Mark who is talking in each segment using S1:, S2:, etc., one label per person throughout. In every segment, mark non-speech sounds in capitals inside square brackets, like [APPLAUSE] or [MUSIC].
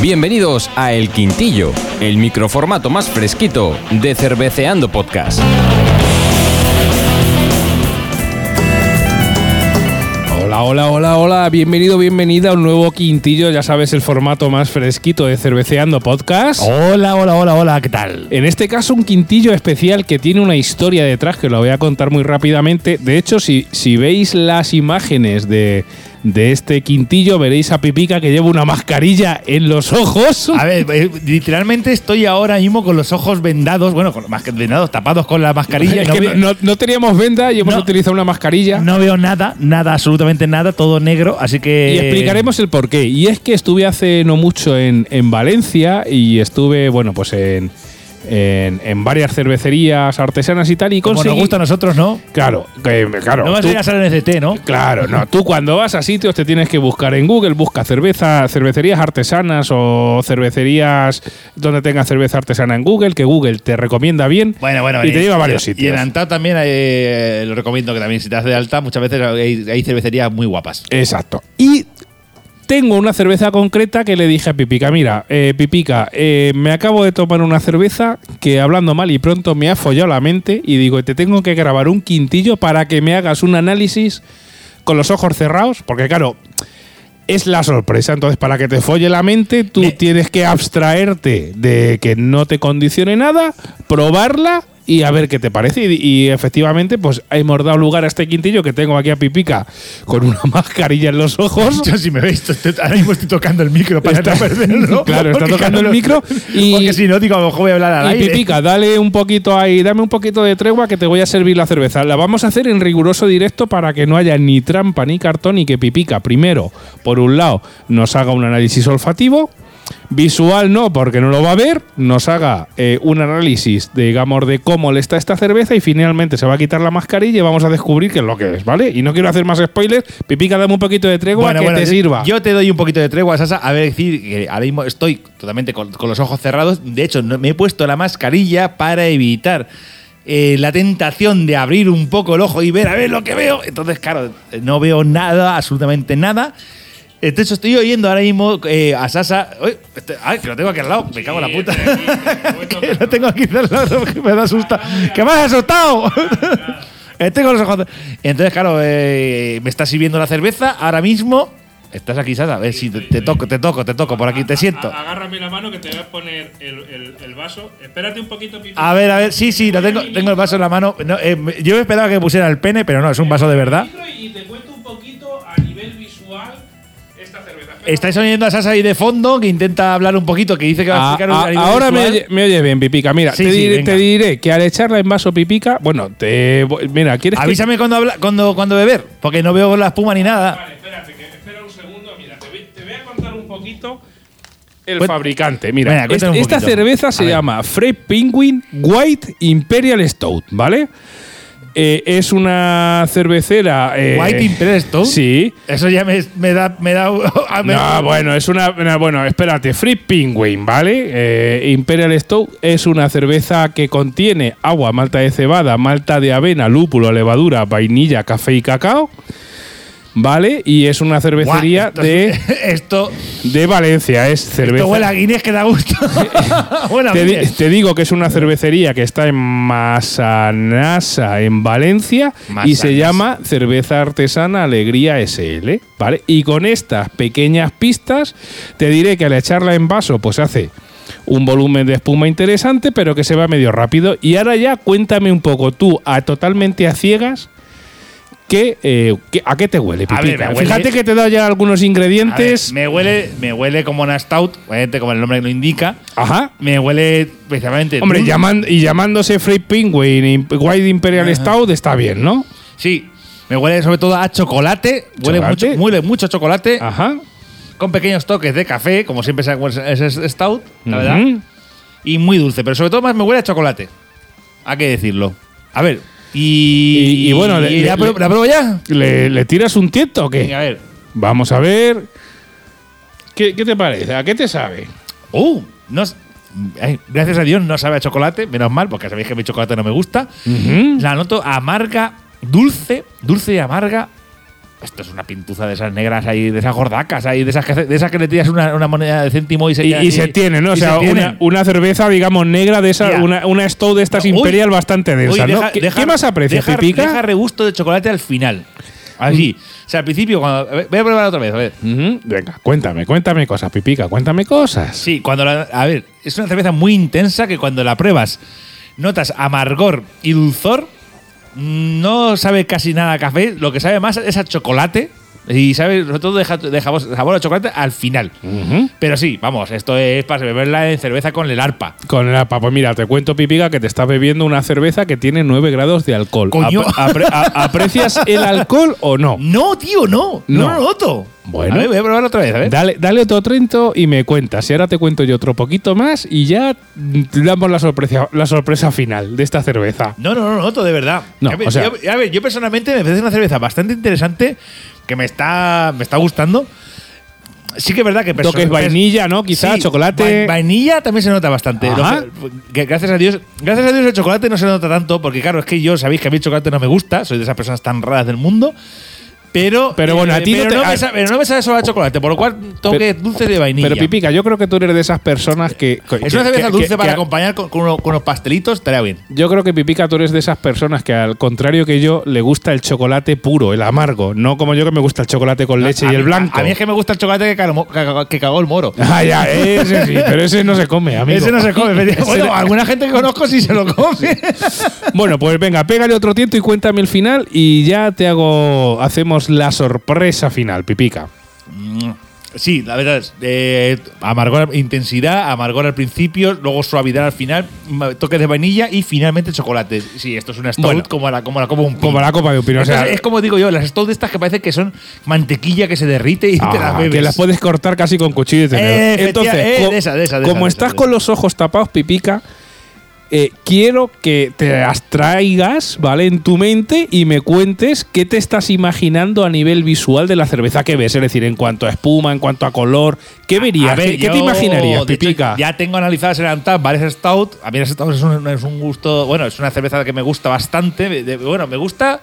S1: Bienvenidos a El Quintillo, el microformato más fresquito de Cerveceando Podcast.
S2: Hola, hola, hola, hola, bienvenido, bienvenida a un nuevo quintillo, ya sabes, el formato más fresquito de Cerveceando Podcast.
S3: Hola, hola, hola, hola, ¿qué tal?
S2: En este caso, un quintillo especial que tiene una historia detrás que lo voy a contar muy rápidamente. De hecho, si, si veis las imágenes de, de este quintillo, veréis a Pipica que lleva una mascarilla en los ojos. [LAUGHS]
S3: A ver, eh, literalmente estoy ahora mismo con los ojos vendados, bueno, con, más que vendados, tapados con la mascarilla.
S2: Es
S3: no,
S2: que
S3: veo,
S2: no, no teníamos venda y hemos
S3: No.
S2: utilizado una mascarilla.
S3: no veo nada, nada, absolutamente nada, todo negro, así que.
S2: Y explicaremos el porqué. Y es que estuve hace no mucho en, en Valencia y estuve, bueno, pues en, en, en varias cervecerías artesanas y tal. Y
S3: Como
S2: conseguí-
S3: nos gusta a nosotros, ¿no?
S2: Claro, que- eh, claro.
S3: No vas
S2: tú-
S3: a ir a salir en CT, ¿no?
S2: Claro, no. Tú cuando vas a sitios te tienes que buscar en Google, busca cerveza, cervecerías artesanas o cervecerías donde tenga cerveza artesana en Google, que Google te recomienda bien.
S3: Bueno, bueno,
S2: Y te lleva a
S3: y-
S2: varios
S3: Y en
S2: sitios.
S3: Antao también eh, lo recomiendo que también si te das de alta, muchas veces hay, hay cervecerías
S2: [LAUGHS]
S3: muy guapas.
S2: Exacto. Y tengo una cerveza concreta que le dije a Pipica, mira, eh, Pipica, eh, me acabo de tomar una cerveza que hablando mal y pronto me ha follado la mente y digo, te tengo que grabar un quintillo para que me hagas un análisis con los ojos cerrados, porque claro, es la sorpresa, entonces para que te folle la mente, tú
S3: Me-
S2: tienes que abstraerte de que no te condicione nada, probarla y a ver qué te parece. Y, y efectivamente, pues hemos dado lugar a este quintillo que tengo aquí a Pipica con una [LAUGHS] mascarilla en los ojos.
S3: Yo si me veis, estoy- ahora mismo estoy tocando el micro para
S2: Está-
S3: no
S2: [LAUGHS]
S3: perderlo.
S2: claro, está
S3: porque
S2: tocando
S3: no-
S2: el micro y-
S3: Porque si no, digo, a lo mejor voy a hablar al
S2: Y
S3: aire.
S2: Pipica, dale un poquito ahí, dame un poquito de tregua que te voy a servir la cerveza. La vamos a hacer en riguroso directo para que no haya ni trampa ni cartón y que Pipica, primero, por un lado, nos haga un análisis olfativo. Visual no, porque no lo va a ver. Nos haga eh, un análisis, digamos, de cómo le está esta cerveza y finalmente se va a quitar la mascarilla y vamos a descubrir qué es lo que es, ¿vale? Y no quiero hacer más spoilers. Pipica, dame un poquito de tregua que te
S3: yo-
S2: sirva.
S3: Yo te doy un poquito de tregua, Sasa. A ver, decir que ahora mismo estoy totalmente con, con los ojos cerrados. De hecho, no- me he puesto la mascarilla para evitar eh, la tentación de abrir un poco el ojo y ver a ver lo que veo. Entonces, claro, no veo nada, absolutamente nada. De hecho, estoy oyendo ahora mismo eh, a Sasa. Uy, este- ay, que lo tengo aquí al lado. Me cago en la puta. [LAUGHS] que lo tengo aquí al lado, que me da asustado. ¡Que me has asustado! Eh, Tengo los ojos. Entonces, claro, eh, me está sirviendo la cerveza ahora mismo. Estás aquí, Sara. A ver si te, te toco, te toco, te toco. Por aquí te siento.
S4: A- agárrame la mano que te voy a poner el, el- el vaso. Espérate un poquito, Pipi.
S3: A ver, a ver. Sí, sí, lo tengo, tengo el vaso en la mano. No, eh, me- yo esperaba que me pusiera el pene, pero no, es un vaso de verdad.
S4: Y te cuento un poquito a nivel visual esta cerveza.
S3: Estáis oyendo a Sasa ahí de fondo, que intenta hablar un poquito, que dice que va a
S2: A-
S3: explicar
S2: a-
S3: un algo
S2: Ah, ahora me,
S3: visual.
S2: oye- me oyes bien, Pipica. Mira,
S3: Sí,
S2: te,
S3: sí,
S2: diré,
S3: venga.
S2: te diré que al echarla en vaso Pipica, bueno, te voy- mira, ¿quieres que-
S3: [LAUGHS] Avísame cuando, habla, cuando, cuando beber, porque no veo la espuma ni nada.
S4: Vale, espérate, que, espera un segundo. Mira, te voy, te voy a contar un poquito.
S2: el
S3: Cué-
S2: fabricante? Mira,
S3: Venga,
S2: es-
S3: cuéntame un
S2: esta
S3: poquito.
S2: cerveza se
S3: A ver.
S2: llama Fred Penguin White Imperial Stout, ¿vale? Eh, es una cervecera. eh,
S3: White Impress, ¿tú?
S2: Sí.
S3: Eso ya me, me da. Me da [LAUGHS] a ver.
S2: No, bueno, es una, una- Bueno, espérate, Free Penguin, ¿vale? Eh, Imperial Stout es una cerveza que contiene agua, malta de cebada, malta de avena, lúpulo, levadura, vainilla, café y cacao, ¿vale? Y es una
S3: Guau,
S2: cervecería
S3: esto-
S2: de,
S3: [LAUGHS] Esto,
S2: de Valencia, es cerveza.
S3: Esto huele a Guinness que da gusto. [LAUGHS] Huele a
S2: [LAUGHS] Te, di-
S3: Guinness.
S2: te digo que es una cervecería que está en Masanasa, en Valencia, y
S3: Masanasa.
S2: se llama Cerveza Artesana Alegría SL, ¿vale? Y con estas pequeñas pistas te diré que al echarla en vaso, pues hace un volumen de espuma interesante, pero que se va medio rápido. Y ahora ya cuéntame un poco tú, a totalmente a ciegas, que, eh, que- ¿a qué te huele,
S3: A ver,
S2: Pipica?
S3: me huele-
S2: Fíjate que te he dado ya algunos
S3: A ver,
S2: ingredientes.
S3: me huele, me huele como una stout, obviamente como el nombre lo indica.
S2: Ajá.
S3: Me huele precisamente.
S2: Hombre,
S3: dul-
S2: llaman- y llamándose Free Penguin y White Imperial Stout está bien, ¿no?
S3: Sí. Me huele sobre todo a chocolate. Huele
S2: ¿Chocolate? Ah.
S3: mucho, huele mucho a chocolate.
S2: Ajá.
S3: Con pequeños toques de café, como siempre se huele ese ese stout, la verdad.
S2: Ujú.
S3: Y muy dulce, pero sobre todo más me huele a chocolate. Hay que decirlo. A ver.
S2: Y-
S3: Y,
S2: y bueno, le-
S3: la,
S2: le-
S3: pro-
S2: le-
S3: la pruebo ya?
S2: ¿Le, le tiras un tieto o qué?
S3: Venga, a ver.
S2: Vamos a ver. ¿Qué, qué te parece? ¿A qué te sabe?
S3: ¡Uh! No, s- ay, gracias a Dios no sabe a chocolate, menos mal, porque sabéis que mi chocolate no me gusta.
S2: Ujú.
S3: La noto amarga, dulce, dulce y amarga. Esto es una pintuza de esas negras ahí, de esas gordacas ahí, de esas que, de esas que le tiras una, una moneda de céntimo y se
S2: Y,
S3: queda
S2: y
S3: así.
S2: se tiene, ¿no? O
S3: Y
S2: sea,
S3: se tienen.
S2: una, una cerveza, digamos, negra de esa,
S3: Ya.
S2: una, una Stout de estas
S3: Uy,
S2: Imperial bastante
S3: Uy,
S2: densa, ¿no?
S3: deja-
S2: ¿Qué,
S3: deja-
S2: qué más aprecias?
S3: Deja,
S2: ¿Pipica?
S3: deja regusto de chocolate al final. Así.
S2: Mm.
S3: O sea, al principio, cuando. a ver, Voy a probar otra vez, a ver.
S2: Ujú, Venga, cuéntame, cuéntame cosas, Pipica, cuéntame cosas.
S3: Sí, cuando la, a ver, es una cerveza muy intensa que cuando la pruebas notas amargor y dulzor. No sabe casi nada a café, lo que sabe más es a chocolate y sabe, sobre todo deja, deja sabor a chocolate al final.
S2: Ujú.
S3: Pero sí, vamos, esto es para beberla en cerveza con el arpa.
S2: Con el APA, pues mira, te cuento, Pipica, que te estás bebiendo una cerveza que tiene 9 grados de alcohol.
S3: Coño.
S2: Apre- a- [LAUGHS] ¿Aprecias el alcohol o no?
S3: No, tío, no, no,
S2: No.
S3: lo noto.
S2: Bueno.
S3: a ver, voy a probarlo otra vez, a ver.
S2: Dale, dale otro trinto y me cuentas. Y ahora te cuento yo otro poquito más y ya mm, te damos la sorpresa, la sorpresa final de esta cerveza.
S3: No, no, no, no, todo de verdad.
S2: No,
S3: a, ver,
S2: o sea-
S3: yo, a ver, yo personalmente me parece una cerveza bastante interesante que me está, me está gustando. Sí que es verdad que perso-
S2: Toques vainilla, ¿no? Quizá, chocolate.
S3: vai- Vainilla también se nota bastante.
S2: Ajá.
S3: Lo que- que gracias a Dios, gracias a Dios el chocolate no se nota tanto porque claro, es que yo sabéis que a mí el chocolate no me gusta, soy de esas personas tan raras del mundo. Pero,
S2: Pero bueno, a ti no
S3: pero
S2: te-
S3: no,
S2: a-
S3: me sabe, pero no me sabe solo a chocolate, por lo cual toque dulce de vainilla.
S2: Pero Pipica, yo creo que tú eres de esas personas que.
S3: es
S2: que-
S3: una cerveza
S2: que-
S3: dulce
S2: que-
S3: para
S2: que-
S3: acompañar con, con uno- con unos pastelitos, estaría bien.
S2: Yo creo que Pipica, tú eres de esas personas que, al contrario que yo, le gusta el chocolate puro, el amargo. No como yo que me gusta el chocolate con leche
S3: A
S2: y
S3: mí-
S2: el blanco.
S3: A, a mí es que me gusta el chocolate que, calmo- que cagó- que cagó el [LAUGHS] moro.
S2: Ah, ya, ese sí, pero ese no se
S3: [LAUGHS]
S2: come, amigo.
S3: Ese no se come. pero- bueno, alguna gente que conozco sí se lo come.
S2: Bueno, pues venga, pégale otro tiento y cuéntame el final y ya te hago. Hacemos la sorpresa final, Pipica.
S3: sí, la verdad es. eh, amargor, intensidad, amargor al principio, luego suavidad al final, ma- toques de vainilla y finalmente chocolate. Sí, esto es una stout
S2: Bueno.
S3: como la como la como un pin.
S2: Como la copa de opinión. O
S3: Esto
S2: sea,
S3: es, es como digo yo, las stout de estas que parece que son mantequilla que se derrite y te las
S2: Ah,
S3: bebes.
S2: que las puedes cortar casi con cuchillo y tenedor.
S3: Eh, efectiva-
S2: Entonces,
S3: eh,
S2: co-
S3: de esa, de esa, de esa,
S2: como
S3: de
S2: estás
S3: esa, de
S2: con los ojos tapados, Pipica, eh, quiero que te abstraigas, ¿vale? En tu mente y me cuentes qué te estás imaginando a nivel visual de la cerveza que ves. Es decir, en cuanto a espuma, en cuanto a color. ¿Qué verías?
S3: A ver,
S2: ¿Qué, qué
S3: yo,
S2: te imaginarías,
S3: de hecho,
S2: Pipica?
S3: ya tengo analizadas en Antab varias Stout. A mí las Stout es un, es un gusto. Bueno, es una cerveza que me gusta bastante. de- de- bueno, me gusta.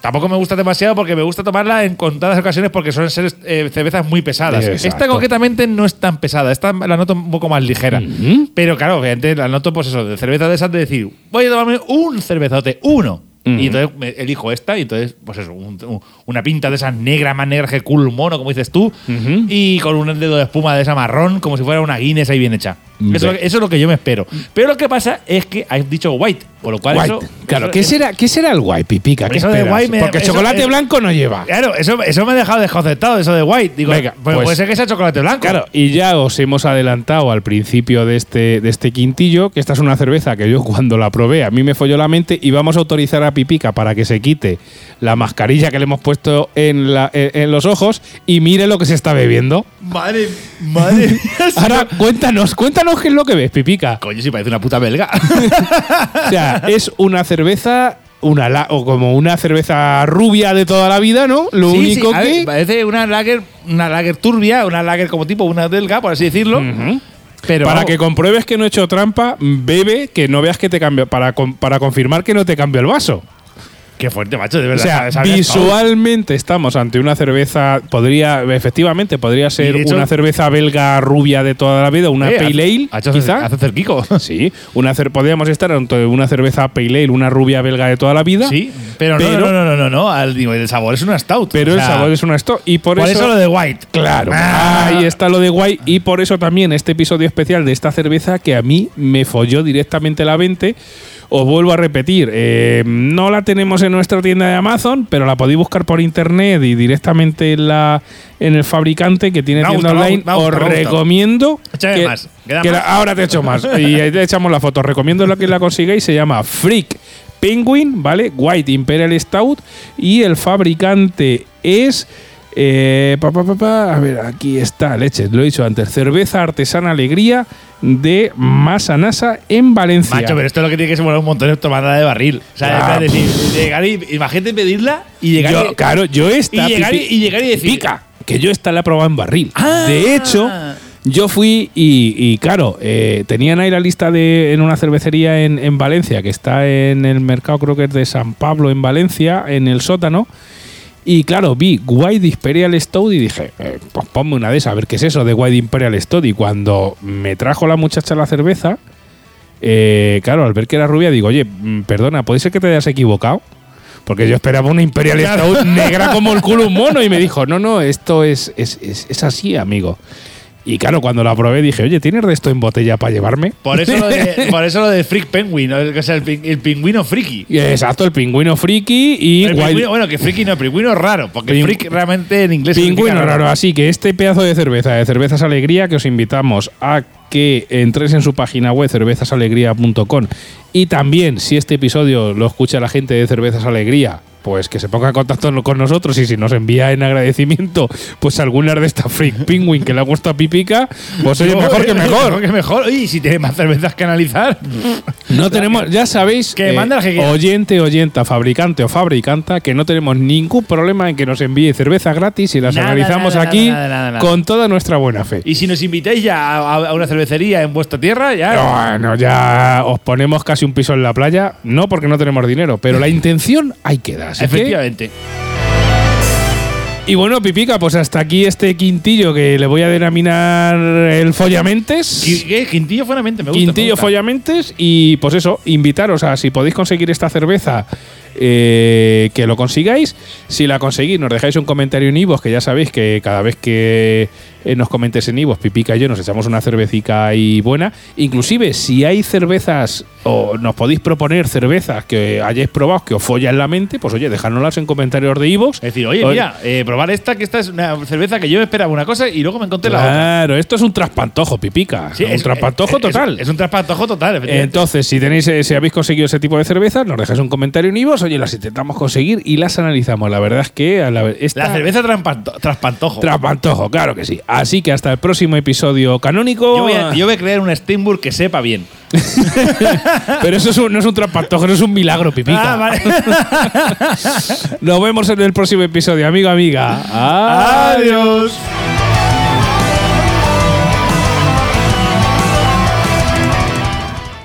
S3: Tampoco me gusta demasiado porque me gusta tomarla en contadas ocasiones porque suelen ser eh, cervezas muy pesadas.
S2: Exacto.
S3: Esta concretamente no es tan pesada, esta la noto un poco más ligera.
S2: Ujú.
S3: Pero claro, obviamente la noto pues eso, de cerveza de esas de decir, voy a tomarme un cervezote, uno.
S2: Ujú.
S3: Y entonces me- elijo esta y entonces pues eso, un- un- una pinta de esas negra, más negra que culo mono, como dices tú,
S2: Ujú.
S3: y con un dedo de espuma de esa marrón, como si fuera una Guinness ahí bien hecha.
S2: Ve.
S3: Eso, eso es lo que yo me espero. Pero lo que pasa es que has dicho white, con lo cual
S2: White.
S3: eso...
S2: claro,
S3: eso-
S2: ¿qué, será, ¿qué será el guay, Pipica? ¿Qué
S3: Eso de
S2: esperas?
S3: guay me-
S2: Porque
S3: eso-
S2: chocolate
S3: eh,
S2: blanco no lleva.
S3: Claro, eso, eso me ha dejado desconcertado, eso de white. Digo,
S2: Venga,
S3: pues,
S2: pues-
S3: puede ser que sea chocolate blanco.
S2: Claro, y ya os hemos adelantado al principio de este, de este quintillo que esta es una cerveza que yo [LAUGHS] cuando la probé a mí me folló la mente y vamos a autorizar a Pipica para que se quite la mascarilla que le hemos puesto en, la- en- en los ojos y mire lo que se está bebiendo.
S3: Madre,
S2: [LAUGHS]
S3: madre mía.
S2: Ahora cuéntanos, cuéntanos qué es lo que ves, Pipica.
S3: Coño, si parece una puta [LAUGHS] belga.
S2: O [LAUGHS] sea, es una cerveza, una la- o como una cerveza rubia de toda la vida, ¿no? Lo
S3: Sí,
S2: único
S3: sí, a
S2: que...
S3: ver, parece una lager, una lager turbia, una lager como tipo, una belga, por así decirlo.
S2: Ujú.
S3: Pero
S2: para
S3: vamos,
S2: que compruebes que no he hecho trampa, bebe que no veas que te cambia. Para, con- para confirmar que no te cambio el vaso.
S3: qué fuerte, macho, de
S2: O
S3: verdad.
S2: sea,
S3: sabe- sabe-
S2: visualmente estamos ante una cerveza. Podría, efectivamente, podría ser
S3: hecho-
S2: una cerveza belga rubia de toda la vida, una
S3: Eh,
S2: pale ale,
S3: ha hecho-
S2: quizá.
S3: Hace [LAUGHS] cerquico.
S2: sí, una cer- podríamos estar ante una cerveza pale ale, una rubia belga de toda la vida.
S3: Sí, pero, no,
S2: Pero-
S3: no, no, no, no, no, al- digo, el sabor es una stout.
S2: Pero
S3: o
S2: el
S3: sea,
S2: sabor es una esto y por,
S3: Por eso, lo de white.
S2: Claro,
S3: Ah.
S2: ahí está lo de guay y por eso también este episodio especial de esta cerveza que a mí me folló directamente la mente. Os vuelvo a repetir, eh, no la tenemos en nuestra tienda de Amazon, pero la podéis buscar por internet y directamente en, la, en el fabricante que tiene
S3: Me ha
S2: tienda
S3: gustado,
S2: online.
S3: me ha gustado,
S2: Os
S3: me ha gustado.
S2: recomiendo
S3: Échame más, queda
S2: que la-
S3: más.
S2: ahora te echo más y ahí te echamos la foto. Recomiendo la que la consigáis, se llama Freak Penguin, ¿vale? White Imperial Stout y el fabricante es eh, pa, pa, pa, pa, a ver, aquí está, leches, lo he dicho antes, cerveza artesana alegría de Masanasa en Valencia.
S3: Macho, pero esto es lo que tiene que ser molar un montón de tomada de barril. O sea,
S2: Ah,
S3: en plan de decir, llegar y, imagínate pedirla y llegar
S2: Yo-
S3: y,
S2: claro, yo
S3: y
S2: esta
S3: llegar y,
S2: pipi-
S3: y llegar y decir.
S2: pica, que yo esta la he probado en barril.
S3: Ah.
S2: De hecho, yo fui y, y claro, eh, tenían ahí la lista de en una cervecería en, en Valencia, que está en el mercado, creo que es de San Pablo, en Valencia, en el sótano. Y claro, vi White Imperial Stout y dije, eh, pues ponme una de esas, a ver qué es eso de White Imperial Stout. Y cuando me trajo la muchacha la cerveza, eh, claro, al ver que era rubia, digo, oye, mm, perdona, ¿puede ser que te hayas equivocado? Porque yo esperaba una Imperial Stout [LAUGHS] negra como el culo un mono. Y me dijo, no, no, esto es, es, es- es así, amigo. Y claro, cuando la probé dije, oye, ¿tienes de esto en botella para llevarme?
S3: Por eso,
S2: [LAUGHS]
S3: lo [LAUGHS] de, por eso lo de Freak Penguin, ¿no? o sea, el, pin- el pingüino friki.
S2: Y Exacto, el pingüino friki y
S3: El
S2: White-
S3: pingüino- bueno, que friki no, pingüino raro, porque
S2: Pin-
S3: freak realmente en inglés
S2: Pingüino
S3: significa
S2: raro, así que este pedazo de cerveza, de Cervezas Alegría, que os invitamos a que entréis en su página web cervezasalegría.com y también si este episodio lo escucha la gente de Cervezas Alegría, pues que se ponga en contacto no- con nosotros y si nos envía en agradecimiento pues alguna de estas freak penguin que le ha gustado a Pipica, pues oye,
S3: No, [LAUGHS]
S2: mejor que
S3: oye,
S2: mejor.
S3: Mejor que mejor. Oye, y si tienes más cervezas que analizar.
S2: No tenemos, ya sabéis, eh,
S3: que manda la que quiera.
S2: oyente, oyenta, fabricante o fabricanta, que no tenemos ningún problema en que nos envíe cerveza gratis y las
S3: Nada,
S2: analizamos
S3: nada,
S2: aquí
S3: nada, nada, nada.
S2: con toda nuestra buena fe.
S3: Y si nos invitáis ya a, a una cervecería en vuestra tierra, ya.
S2: Bueno, ya os ponemos casi un piso en la playa, no porque no tenemos dinero, pero la intención ahí queda. así que-
S3: Efectivamente.
S2: y bueno, Pipica, pues hasta aquí este quintillo que le voy a denominar el Follamentes.
S3: Qui- ¿Qué? Quintillo Fuenamente, me gusta. me
S2: Quintillo
S3: gusta.
S2: Follamentes y pues eso, invitaros a si podéis conseguir esta cerveza eh, que lo consigáis. Si la conseguís, nos dejáis un comentario en Ivos, que ya sabéis que cada vez que eh, nos comentes en Ivos, Pipica y yo nos echamos una cervecita y buena. Inclusive, si hay cervezas o nos podéis proponer cervezas que hayáis probado que os follan la mente, pues oye, dejárnoslas en comentarios de Ivos.
S3: Es decir, oye, mira, eh, probar esta, que esta es una cerveza que yo esperaba una cosa y luego me encontré la otra.
S2: Claro, esto es un traspantojo, Pipica.
S3: Sí,
S2: un traspantojo
S3: es-
S2: total.
S3: Es, es un traspantojo total, efectivamente.
S2: Entonces, si tenéis, eh, si habéis conseguido ese tipo de cervezas, nos dejáis un comentario en iVoox, oye, las intentamos conseguir y las analizamos. La verdad es que a la, esta,
S3: la cerveza traspanto- traspantojo.
S2: Traspantojo, claro que sí. Así que hasta el próximo episodio canónico.
S3: yo, voy a, yo voy a crear un Steamburg que sepa bien.
S2: Pero eso es un- no es un traspantojo, eso es un milagro, pipica. [LAUGHS]
S3: Ah, vale.
S2: Nos vemos en el próximo episodio, amigo, amiga.
S3: Adiós.